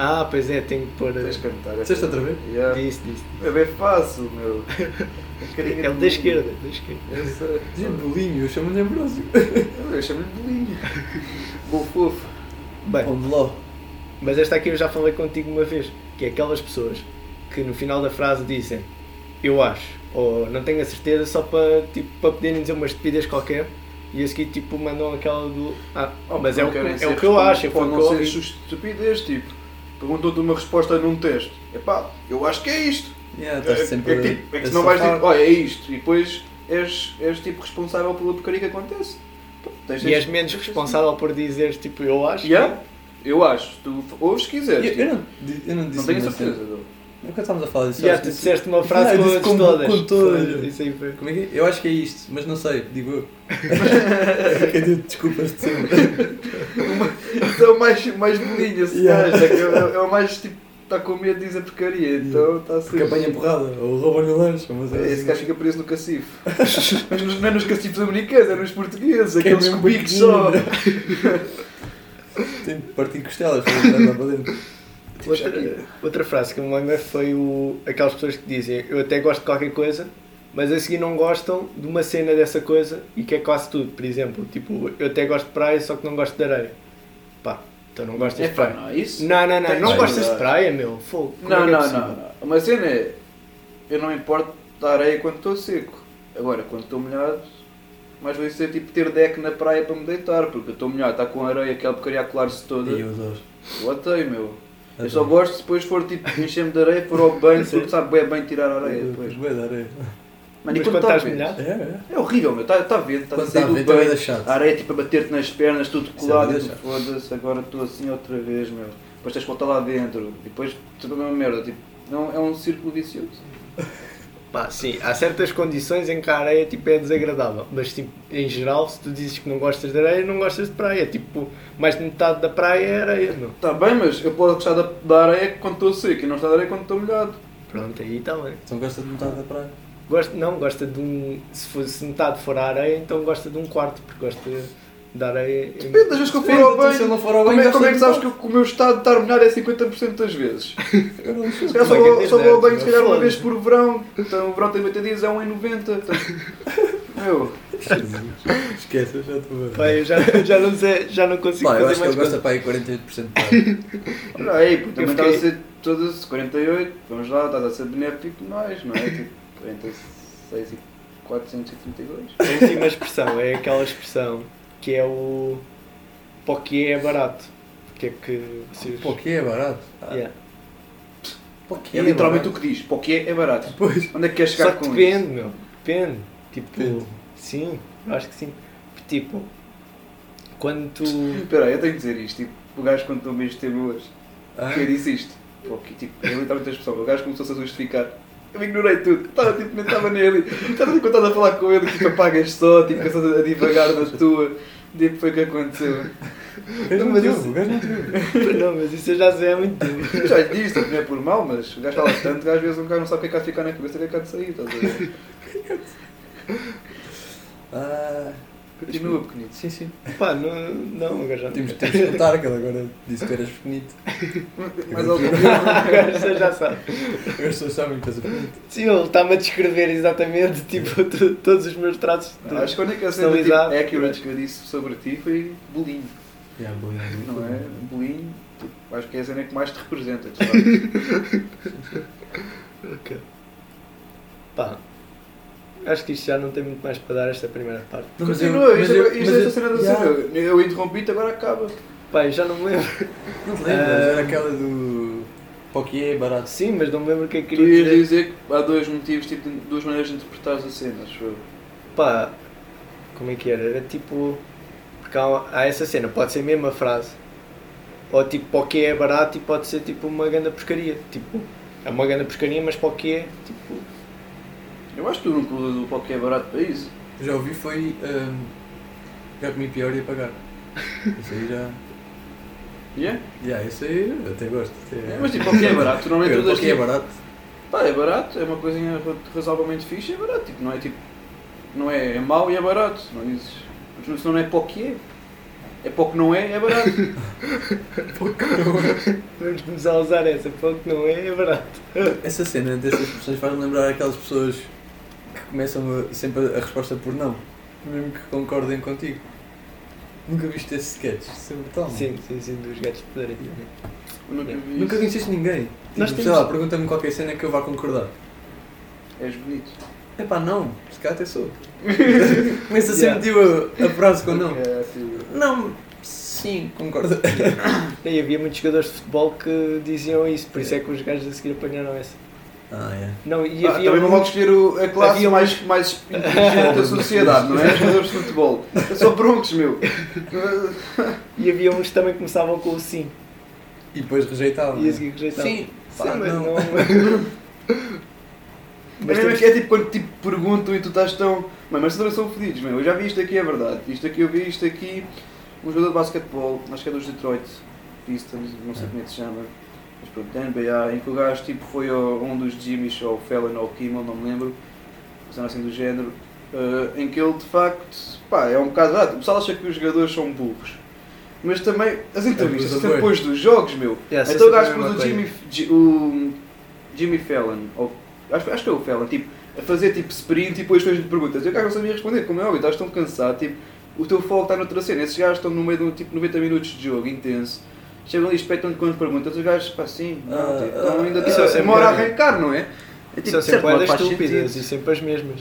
Speaker 1: Ah, pois é, tenho que pôr.
Speaker 3: Tens de cantar.
Speaker 2: Disseste outra vez?
Speaker 3: Yeah.
Speaker 1: Disse, disse.
Speaker 3: É bem fácil, meu. Carinha
Speaker 1: Ele
Speaker 3: de
Speaker 1: É da
Speaker 3: bolinho.
Speaker 1: esquerda, da esquerda.
Speaker 3: Eu sei.
Speaker 2: Diz bolinho, eu chamo-lhe Ambrósio.
Speaker 3: Eu chamo-lhe bolinho. Bom fofo.
Speaker 1: Bem,
Speaker 2: Pão de ló.
Speaker 1: mas esta aqui eu já falei contigo uma vez, que é aquelas pessoas que no final da frase dizem eu acho, ou não tenho a certeza, só para tipo, para poderem dizer umas estupidez qualquer, e a seguir tipo mandam aquela do ah, mas é o, que- é o que eu acho, foi
Speaker 3: Pode
Speaker 1: o que
Speaker 3: não
Speaker 1: eu
Speaker 3: ser
Speaker 1: ouvi.
Speaker 3: estupidez, tipo. Perguntou-te uma resposta num texto. Epá, eu acho que é isto.
Speaker 2: Yeah,
Speaker 3: É,
Speaker 2: estás sempre
Speaker 3: é, que tipo, é que
Speaker 2: a
Speaker 3: se não vais
Speaker 2: safar.
Speaker 3: dizer, olha, é isto. E depois és, és tipo responsável pela porcaria que acontece. Pô, tens-
Speaker 1: E
Speaker 3: tens-
Speaker 1: és menos responsável por dizer tipo eu acho.
Speaker 3: Yeah, eu acho. Tu ouves se quiseres.
Speaker 2: Eu,
Speaker 3: tipo,
Speaker 2: eu não, di- eu não disse assim.
Speaker 3: não tenho
Speaker 2: uma cena.
Speaker 3: certeza. Dou.
Speaker 2: Nunca estávamos a falar disso.
Speaker 1: Yeah,
Speaker 2: acho
Speaker 1: tu
Speaker 2: que-
Speaker 1: disseste uma
Speaker 2: Não,
Speaker 1: frase
Speaker 2: eu
Speaker 1: com
Speaker 2: disse
Speaker 1: as
Speaker 2: com-
Speaker 1: todas.
Speaker 2: com todas.
Speaker 1: Isso aí foi.
Speaker 2: Como é que é? Eu acho que é isto, mas não sei, digo eu. Quer dizer, desculpas de sempre.
Speaker 3: Isso é o mais, mais bolinho, esse
Speaker 2: Yeah.
Speaker 3: gajo. É, que é- é o mais tipo, está com medo de dizer porcaria. Então está a
Speaker 2: Porque apanha porrada, ou roubam-lhe o lanche, mas é
Speaker 3: Esse gajo fica preso no cacifo. Mas nos- não é nos cacifos americanos, é nos portugueses,
Speaker 2: Que é
Speaker 3: aqueles
Speaker 2: mesmo
Speaker 3: com bicos só.
Speaker 2: Tem de partir costelas para entrar lá para dentro.
Speaker 1: Outra, outra frase que eu me lembro foi o, aquelas pessoas que dizem eu até gosto de qualquer coisa, mas a seguir não gostam de uma cena dessa coisa e que é quase tudo. Por exemplo, tipo, eu até gosto de praia, só que não gosto de areia. Pá, então não gostas
Speaker 3: É
Speaker 1: de praia.
Speaker 3: não, isso?
Speaker 1: Não, não, não,
Speaker 3: Tem
Speaker 1: não
Speaker 3: que
Speaker 1: gostas de
Speaker 3: mudar.
Speaker 1: praia, meu. Fogo. Como é
Speaker 3: Não,
Speaker 1: que é
Speaker 3: não,
Speaker 1: possível?
Speaker 3: não, não. Uma cena é. Eu não me importo da areia quando estou seco. Agora, quando estou molhado, mais vou ser tipo ter deck na praia para me deitar, porque eu estou molhado, está com areia, aquela porcaria a colar-se toda.
Speaker 2: E
Speaker 3: Eu
Speaker 2: eu adoro.
Speaker 3: odeio, meu. Eu
Speaker 2: Adoro.
Speaker 3: só gosto se depois for tipo encher-me de areia, for ao banho, porque sabe bem, bem tirar a areia depois.
Speaker 2: Bué da areia.
Speaker 1: Mas
Speaker 3: Mano, e
Speaker 1: quando
Speaker 3: tá
Speaker 1: estás
Speaker 3: vento?
Speaker 1: molhado?
Speaker 2: É, é.
Speaker 3: É horrível, meu. Está tá vento, está a
Speaker 2: Quando
Speaker 3: sair
Speaker 2: tá
Speaker 3: do
Speaker 2: vento, é
Speaker 3: banho.
Speaker 2: bué chato.
Speaker 3: A areia tipo a bater-te nas pernas, tudo
Speaker 2: Isso é
Speaker 3: colado.
Speaker 2: bué
Speaker 3: e tu,
Speaker 2: chato.
Speaker 3: Foda-se, agora estou assim outra vez, meu. Depois tens que voltar lá dentro. E depois tudo a mesma merda. Tipo, não, é um círculo vicioso.
Speaker 1: Pá, sim, há certas condições em que a areia tipo, é desagradável, mas tipo, em geral, se tu dizes que não gostas de areia, não gostas de praia. Tipo, mais de metade da praia é areia, meu.
Speaker 3: Está Tá bem, mas eu posso gostar da, da areia quando estou seco e não gostar da areia quando estou molhado.
Speaker 1: Pronto, aí está bem.
Speaker 2: Então gosta de metade da praia.
Speaker 1: Gosto, não, gosta de um. Se, for, se metade for a areia, então gosta de um quarto, porque gosta de areia. em-
Speaker 3: Depende das vezes que eu for
Speaker 2: Depende,
Speaker 3: ao
Speaker 2: tu,
Speaker 3: banho.
Speaker 2: se eu não for ao
Speaker 3: como,
Speaker 2: banho,
Speaker 3: é, como é que
Speaker 2: gasta
Speaker 3: sabes que, o- que o meu estado de estar molhado é 50% das vezes?
Speaker 2: Eu não sei.
Speaker 3: Se calhar só
Speaker 1: Como é que
Speaker 3: vou,
Speaker 1: é
Speaker 3: só vou ao banho se
Speaker 1: deserto,
Speaker 3: calhar uma
Speaker 1: meu?
Speaker 3: vez por verão. Então o verão tem 80 dias, é 1,90. Então, meu,
Speaker 2: Esquece, eu já estou a ver.
Speaker 1: Pá, eu já, já, não sei, já não consigo
Speaker 2: Pá, eu
Speaker 1: fazer
Speaker 2: acho que
Speaker 1: mais
Speaker 2: ele gosta
Speaker 1: coisa.
Speaker 2: para aí 48% de
Speaker 3: olha aí, porque
Speaker 1: Eu
Speaker 3: também estás a
Speaker 1: fiquei-
Speaker 3: ser todas 48, vamos lá, estás a ser benéfico de nós, não é? Tipo, 46 e 432.
Speaker 1: A última expressão é aquela expressão que é o. Para o que é barato. O que é que vocês.
Speaker 2: Pô, que é barato. Ah,
Speaker 1: Yeah.
Speaker 2: Pô, que
Speaker 3: É literalmente o
Speaker 2: barato.
Speaker 3: que diz, porque é barato.
Speaker 2: Pois.
Speaker 3: Onde é que queres
Speaker 1: Só
Speaker 3: chegar
Speaker 1: que
Speaker 3: com
Speaker 1: depende,
Speaker 3: isso?
Speaker 1: meu. Depende. Tipo,
Speaker 2: Depende.
Speaker 1: sim, eu acho que sim. Tipo, quando tu.
Speaker 3: Espera aí, eu tenho que dizer isto. Tipo, o gajo contou o mesmo tema hoje.
Speaker 2: Ah,
Speaker 3: Que eu disse isto. Pô, que, tipo, é literalmente a expressão. O gajo começou-se a justificar. Eu ignorei tudo. Estava tipo, nem estava nele. Estava tipo, quando estás a falar com ele, tipo, apagas só, tipo, começas a divagar na tua. Tipo, foi o que aconteceu.
Speaker 2: o
Speaker 1: Não,
Speaker 2: gajo não
Speaker 1: mas
Speaker 2: te
Speaker 1: isso-
Speaker 2: ouve, o gajo não te ouve.
Speaker 1: não, mas isso eu já sei há muito tempo.
Speaker 3: Eu Já lhe disse, tipo, não é por mal, mas o gajo fala tanto que às vezes um gajo não sabe o que é que há de ficar na cabeça e o que é que há de sair. Estás a ver?
Speaker 2: Ah,
Speaker 3: Continua, pequenito.
Speaker 2: sim, sim.
Speaker 1: Pá, não, não, agora já não
Speaker 2: Temos
Speaker 1: quero.
Speaker 2: temos que contar que ele agora disse que eras bonito.
Speaker 3: Mais algum.
Speaker 1: Agora você já sabe.
Speaker 2: As pessoas sabem que és bonito.
Speaker 1: Sim, ele está-me a descrever exatamente tipo, tu- todos os meus traços. de-
Speaker 3: Acho que a única cena tipo,
Speaker 1: Personalizado.
Speaker 3: accurate que eu disse sobre ti foi bolinho,
Speaker 2: Yeah, boa,
Speaker 3: não é? Bolinho, tipo, acho que é a cena que mais te representa, de facto.
Speaker 1: Ok. Pá, acho que isto já não tem muito mais para dar esta primeira parte.
Speaker 2: Não, mas eu-
Speaker 3: Continua,
Speaker 2: mas
Speaker 3: isto
Speaker 2: eu-
Speaker 3: é isto é
Speaker 2: mas
Speaker 3: esta
Speaker 2: eu-
Speaker 3: cena da
Speaker 2: Yeah.
Speaker 3: cena. Eu- Eu interrompi-te, agora acaba.
Speaker 1: Pá, eu já não me lembro.
Speaker 2: Não te lembras?
Speaker 1: Ah.
Speaker 2: Era aquela do. Pó que é barato.
Speaker 1: Sim, mas não me lembro o que é que
Speaker 3: Tu
Speaker 1: queria
Speaker 3: ias
Speaker 1: dizer.
Speaker 3: dizer que há dois motivos, tipo, de- duas maneiras de interpretar a cena, acho eu.
Speaker 1: Pá, como é que era? Era tipo. Porque há, há essa cena, pode ser mesmo a frase. Ou tipo, para o que é barato e pode ser tipo uma ganda porcaria. Tipo, é uma ganda porcaria, mas para o que é? Tipo,
Speaker 3: Eu acho que tu nunca usas o pó que é barato para isso.
Speaker 2: Já ouvi foi. ah, já comi pior e ia pagar. Isso aí já.
Speaker 3: Yeah?
Speaker 2: Yeah, isso aí eu até gosto. até-
Speaker 3: É, mas tipo, pó que é barato,
Speaker 2: Pá,
Speaker 3: normalmente
Speaker 2: pó
Speaker 3: usas
Speaker 2: que é
Speaker 3: tipo,
Speaker 2: barato.
Speaker 3: Pá, é barato, é uma coisinha ra- razoavelmente fixe, é barato, tipo, não é tipo. Não é, é mau e é barato, não dizes. Mas se não é para o que é. É para o que não é, é barato.
Speaker 1: vamos começar a usar essa, para o que não é, é barato.
Speaker 2: Essa cena dessas expressões faz-me lembrar aquelas pessoas que começam a- sempre a resposta por não, mesmo que concordem contigo. Nunca viste esse sketch? Isso é brutal. mano.
Speaker 1: Sim, sim, sim, dos gatos poderem.
Speaker 3: Eu nunca vi isso.
Speaker 2: Nunca conheceste ninguém. Tipo,
Speaker 1: Nós
Speaker 2: sei
Speaker 1: temos-
Speaker 2: lá, pergunta-me qualquer cena que eu vá concordar.
Speaker 3: És bonito.
Speaker 2: Epá, não, se calhar até sou. Começa sempre tipo, a, a frase com não.
Speaker 3: É, assim,
Speaker 2: Não, sim, concordo.
Speaker 1: E havia muitos jogadores de futebol que diziam isso, por isso é que os gajos a seguir apanharam essa.
Speaker 2: Ah, é.
Speaker 1: Não, e
Speaker 3: Ah,
Speaker 1: havia.
Speaker 3: também não
Speaker 1: um-
Speaker 3: vão escolher o- a classe
Speaker 1: havia um-
Speaker 3: mais, mais inteligente da sociedade, não é? Os jogadores de futebol. São broncos, meu. Ah,
Speaker 1: E havia uns que também começavam com o sim.
Speaker 2: E depois
Speaker 3: Ah,
Speaker 2: rejeitava.
Speaker 1: E a
Speaker 2: né?
Speaker 1: seguir rejeitavam.
Speaker 2: Sim,
Speaker 1: Sim,
Speaker 2: pá,
Speaker 1: mas
Speaker 2: não.
Speaker 1: não.
Speaker 3: Mas
Speaker 1: Mas
Speaker 3: mesmo
Speaker 1: temos-
Speaker 3: que é tipo quando tipo, perguntam e tu estás tão. Mãe, mas também são fodidos, meu. Eu já vi isto aqui, é verdade. Isto aqui, eu vi isto aqui. Um jogador de basquetebol, acho que é dos Detroit Pistons, não sei como é que se chama. Mas pronto, da NBA, em que o gajo tipo, foi ao, um dos Jimmys, ou o Fallon ou o Kimmel, não me lembro. Mas assim do género. eh, em que ele de facto. pá, é um bocado. Ah, o pessoal acha que os jogadores são burros. Mas também
Speaker 1: É
Speaker 3: as entrevistas,
Speaker 2: Abusa bué.
Speaker 3: depois dos jogos, meu.
Speaker 1: Yeah,
Speaker 3: então o
Speaker 1: essa
Speaker 3: gajo
Speaker 1: também é uma
Speaker 3: pôs o
Speaker 1: coisa.
Speaker 3: Jimmy, Ji- o Jimmy Fallon, ou acho, acho que é o Fallon, tipo, a fazer tipo sprint e depois fez-lhe perguntas. E o gajo não sabia responder, como é óbvio, estás tão cansado, tipo, o teu foco está noutra cena. Esses gajos estão no meio de um tipo 90 minutos de jogo intenso. Chegam ali, espetam-lhe quando perguntas, os gajos, pá, sim, não,
Speaker 2: Ah,
Speaker 3: tipo, estão
Speaker 2: ah,
Speaker 3: ainda
Speaker 1: isso é
Speaker 3: tipo,
Speaker 1: sempre
Speaker 3: demora a
Speaker 1: bom, né?
Speaker 3: arrancar, não é? É
Speaker 1: São
Speaker 3: de certo
Speaker 1: sempre
Speaker 3: modo,
Speaker 1: as
Speaker 3: faz
Speaker 1: estúpidas
Speaker 3: sentido.
Speaker 1: e sempre as mesmas.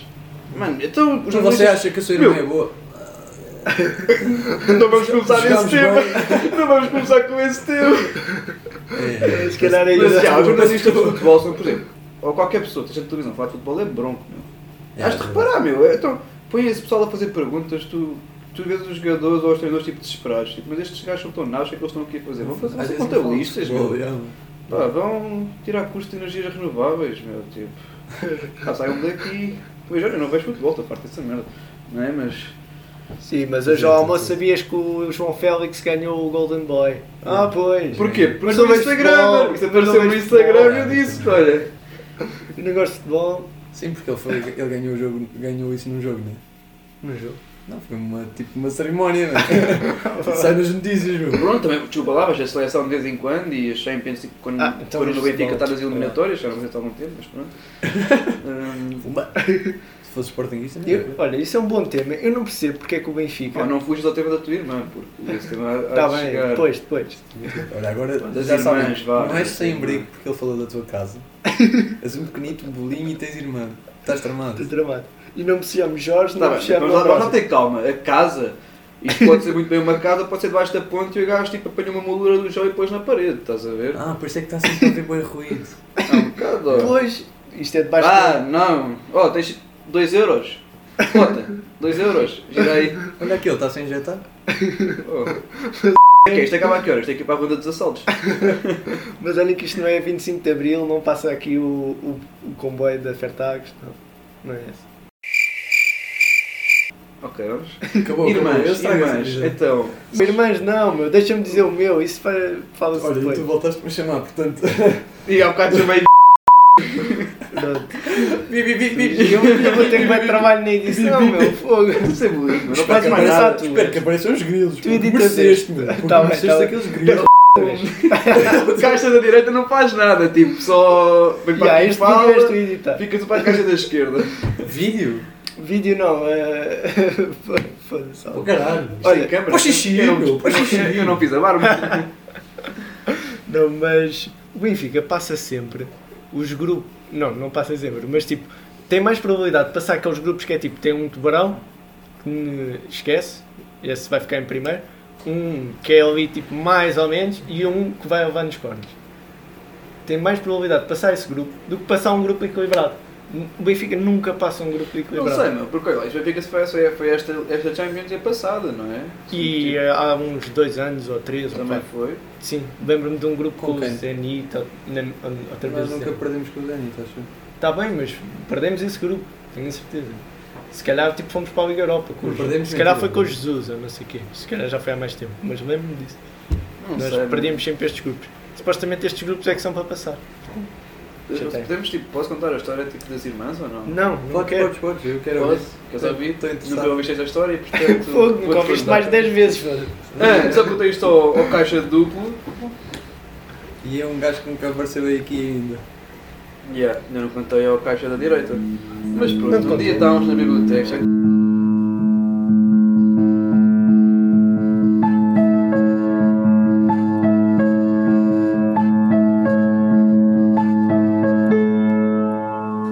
Speaker 3: Mano, então, os
Speaker 2: Mas você
Speaker 3: jornalistas-
Speaker 2: acha que a sua irmã
Speaker 3: Meu.
Speaker 2: é boa?
Speaker 3: Não vamos começar esse
Speaker 2: Jogámos
Speaker 3: tema,
Speaker 2: bem.
Speaker 3: não vamos começar com esse tema.
Speaker 2: É.
Speaker 1: Se calhar é
Speaker 3: Mas já, os
Speaker 1: isso.
Speaker 3: jornalistas de futebol são, por exemplo, ou qualquer pessoa que esteja na televisão a falar de futebol é bronco, meu.
Speaker 2: É,
Speaker 3: Has de
Speaker 2: é
Speaker 3: reparar, meu. Então, põe esse pessoal a fazer perguntas, tu, tu vês os jogadores ou os treinadores tipo desesperados, tipo, mas estes gajos são tão naus, o que é que eles estão aqui a fazer? Vão fazer, vão
Speaker 2: Às
Speaker 3: ser
Speaker 2: vezes não falam de
Speaker 3: contabilistas,
Speaker 2: futebol,
Speaker 3: meu.
Speaker 2: é, mano.
Speaker 3: Pá, vão tirar custo de energias renováveis, meu, tipo. Pá, saiam daqui. Pois olha, eu não vejo futebol, estou farto dessa merda. Não é? Mas.
Speaker 1: Sim, mas hoje ao almoço sabias que o João Félix ganhou o Golden Boy. Ah,
Speaker 2: é.
Speaker 1: pois.
Speaker 3: Porquê? Porque
Speaker 1: Mas
Speaker 3: sou
Speaker 1: não vejo
Speaker 3: Instagram! é
Speaker 1: futebol.
Speaker 3: Isso apareceu
Speaker 1: Não
Speaker 3: no
Speaker 1: vejo futebol.
Speaker 3: Instagram e eu disse, olha.
Speaker 1: Eu não gosto de futebol.
Speaker 2: Sim, porque ele, foi, ele ganhou, o jogo, ganhou isso num jogo, né?
Speaker 1: No jogo.
Speaker 2: Não, foi uma, tipo uma cerimónia, né? Sai nas notícias, meu.
Speaker 3: Pronto, também desculpa lá, mas a seleção de vez em quando e a Champions tipo, quando,
Speaker 1: Ah, então
Speaker 3: quando
Speaker 1: mas
Speaker 3: o Benfica
Speaker 1: futebol.
Speaker 3: está nas eliminatórias, já não sei há algum tempo, mas pronto. Hum,
Speaker 2: Pumba. Se fosse Sportingista, não
Speaker 1: Eu- olha, isso é um bom tema. Eu não percebo porque é que o Benfica.
Speaker 3: pá, não fujas ao tema da tua irmã, porque esse tema há- há
Speaker 1: Está
Speaker 3: de
Speaker 1: Tá bem,
Speaker 3: chegar.
Speaker 1: depois, depois.
Speaker 2: Olha, agora
Speaker 3: Quantas
Speaker 2: já sabem,
Speaker 3: irmãs, vá,
Speaker 2: não és
Speaker 3: sim,
Speaker 2: sem
Speaker 3: vá.
Speaker 2: brigo porque ele falou da tua casa. És um pequenito bolinho e tens irmã. Estás tramado.
Speaker 1: Dramático. E não me chamo Jorge,
Speaker 3: Tá
Speaker 1: não
Speaker 3: bem,
Speaker 1: me chamo
Speaker 3: vamos lá, vamos lá
Speaker 1: Ambrosio.
Speaker 3: ter calma. A casa, isto pode ser muito bem uma casa, pode ser debaixo da ponte e o gajo tipo, apanha uma moldura do chão e pôs na parede, estás a ver?
Speaker 2: Ah, por isso é que está sempre a ver bem ruído.
Speaker 3: Há um bocado. ó.
Speaker 1: Depois, isto é debaixo
Speaker 3: Ah, não. Oh, tens 2 euros. Conta, 2 euros. Gira aí.
Speaker 2: Olha aqui, ele está sem injetar.
Speaker 3: Oh. Ok, isto acaba a que horas? Isto é que ir para a ronda dos assaltos.
Speaker 1: do- Mas olha que isto não é 25 de Abril, não passa aqui o, o, o comboio da Fertagos, não. Não é esse.
Speaker 3: Ok, vamos.
Speaker 2: Acabou. acabou. Eu
Speaker 3: irmãs,
Speaker 2: estrago essa
Speaker 3: irmãs,
Speaker 2: vida.
Speaker 3: então.
Speaker 1: Irmãs, não, meu, deixa-me dizer o meu, isso para- fala-se
Speaker 2: Olha, e
Speaker 3: então-
Speaker 1: depois.
Speaker 2: tu voltaste para me chamar, portanto.
Speaker 3: E há bocado chamei.
Speaker 1: Pronto.
Speaker 2: Bi, bi, bi, bi.
Speaker 1: Eu, eu vou ter que mais trabalho na edição, meu, fogo.
Speaker 3: Não sei bullying, mas não
Speaker 1: Espera,
Speaker 3: fazes mais
Speaker 1: espera.
Speaker 3: nada.
Speaker 1: tu.
Speaker 2: Espero tipo, que apareçam os grilos.
Speaker 1: Tu editas
Speaker 2: mereceste,
Speaker 1: este.
Speaker 2: meu.
Speaker 1: Tá
Speaker 2: Porque
Speaker 1: bem,
Speaker 2: mereceste
Speaker 1: tá bem.
Speaker 2: aqueles grilos.
Speaker 3: O caixa da direita não faz nada, tipo, só. Vem para
Speaker 1: Já,
Speaker 3: aqui e
Speaker 1: este tipo. vídeo és tu a
Speaker 3: fala.
Speaker 1: editar.
Speaker 3: Fica-se para a caixa da esquerda.
Speaker 2: Vídeo?
Speaker 1: Vídeo não, é. Foda-se.
Speaker 2: Pô, caralho.
Speaker 1: é-
Speaker 3: Olha, câmara.
Speaker 2: pô, xixi,
Speaker 3: eu não-
Speaker 2: meu, pô, xixi.
Speaker 3: eu não fiz a barba.
Speaker 1: Não, mas o Benfica passa sempre os grupos. Não, não passa sempre, mas tipo, tem mais probabilidade de passar aqueles grupos que é tipo: tem um tubarão, que hum, esquece, esse vai ficar em primeiro, um que é ali tipo mais ou menos, e um que vai levar nos cornos. Tem mais probabilidade de passar esse grupo do que passar um grupo equilibrado. O Benfica nunca passa um grupo
Speaker 3: Não sei,
Speaker 1: equilibrado.
Speaker 3: meu, porque olha, o Benfica se foi, é, foi- foi esta, esta Champions é passada, não é?
Speaker 1: e é- eh, há uns dois anos ou três, ou
Speaker 3: Também
Speaker 1: quatro.
Speaker 3: foi.
Speaker 1: Sim, lembro-me de um grupo
Speaker 2: Com
Speaker 1: com, o
Speaker 2: quem?
Speaker 1: Zenit, ou- na- outra vez.
Speaker 2: Nós
Speaker 1: o
Speaker 2: nunca
Speaker 1: Zenit.
Speaker 2: perdemos com o Dani, estás a ver?
Speaker 1: Está Tá bem, mas perdemos esse grupo, tenho a certeza. Se calhar tipo, fomos para a Liga Europa. Com
Speaker 2: Não
Speaker 1: o-
Speaker 2: perdemos
Speaker 1: se calhar
Speaker 2: nem
Speaker 1: foi
Speaker 2: tudo.
Speaker 1: com o Jesus, ou não sei o quê. Se calhar já foi há mais tempo, mas lembro-me disso.
Speaker 3: Não
Speaker 1: Nós
Speaker 3: sei. meu.
Speaker 1: perdíamos sempre estes grupos. Supostamente estes grupos é que são para passar. Já tem.
Speaker 3: Podemos, tipo, posso contar a história tipo, das irmãs ou não?
Speaker 1: Não, não
Speaker 2: Podes,
Speaker 1: quero.
Speaker 2: podes, podes, eu quero
Speaker 3: Posso?
Speaker 2: ouvir.
Speaker 3: Queres ouvir?
Speaker 2: Estou
Speaker 3: Nunca
Speaker 2: interessado.
Speaker 3: ouviste esta história e portanto.
Speaker 1: Fogo, nunca
Speaker 3: vou-te
Speaker 1: ouviste
Speaker 3: contar.
Speaker 1: mais 10 vezes. foda-se.
Speaker 3: Ah, só contei isto ao, ao caixa de duplo.
Speaker 2: E é um gajo que nunca apareceu aí aqui ainda.
Speaker 3: Yeah, ainda não contei ao caixa da direita. Mas
Speaker 1: Não
Speaker 3: pronto, um
Speaker 1: contou.
Speaker 3: dia estávamos na biblioteca.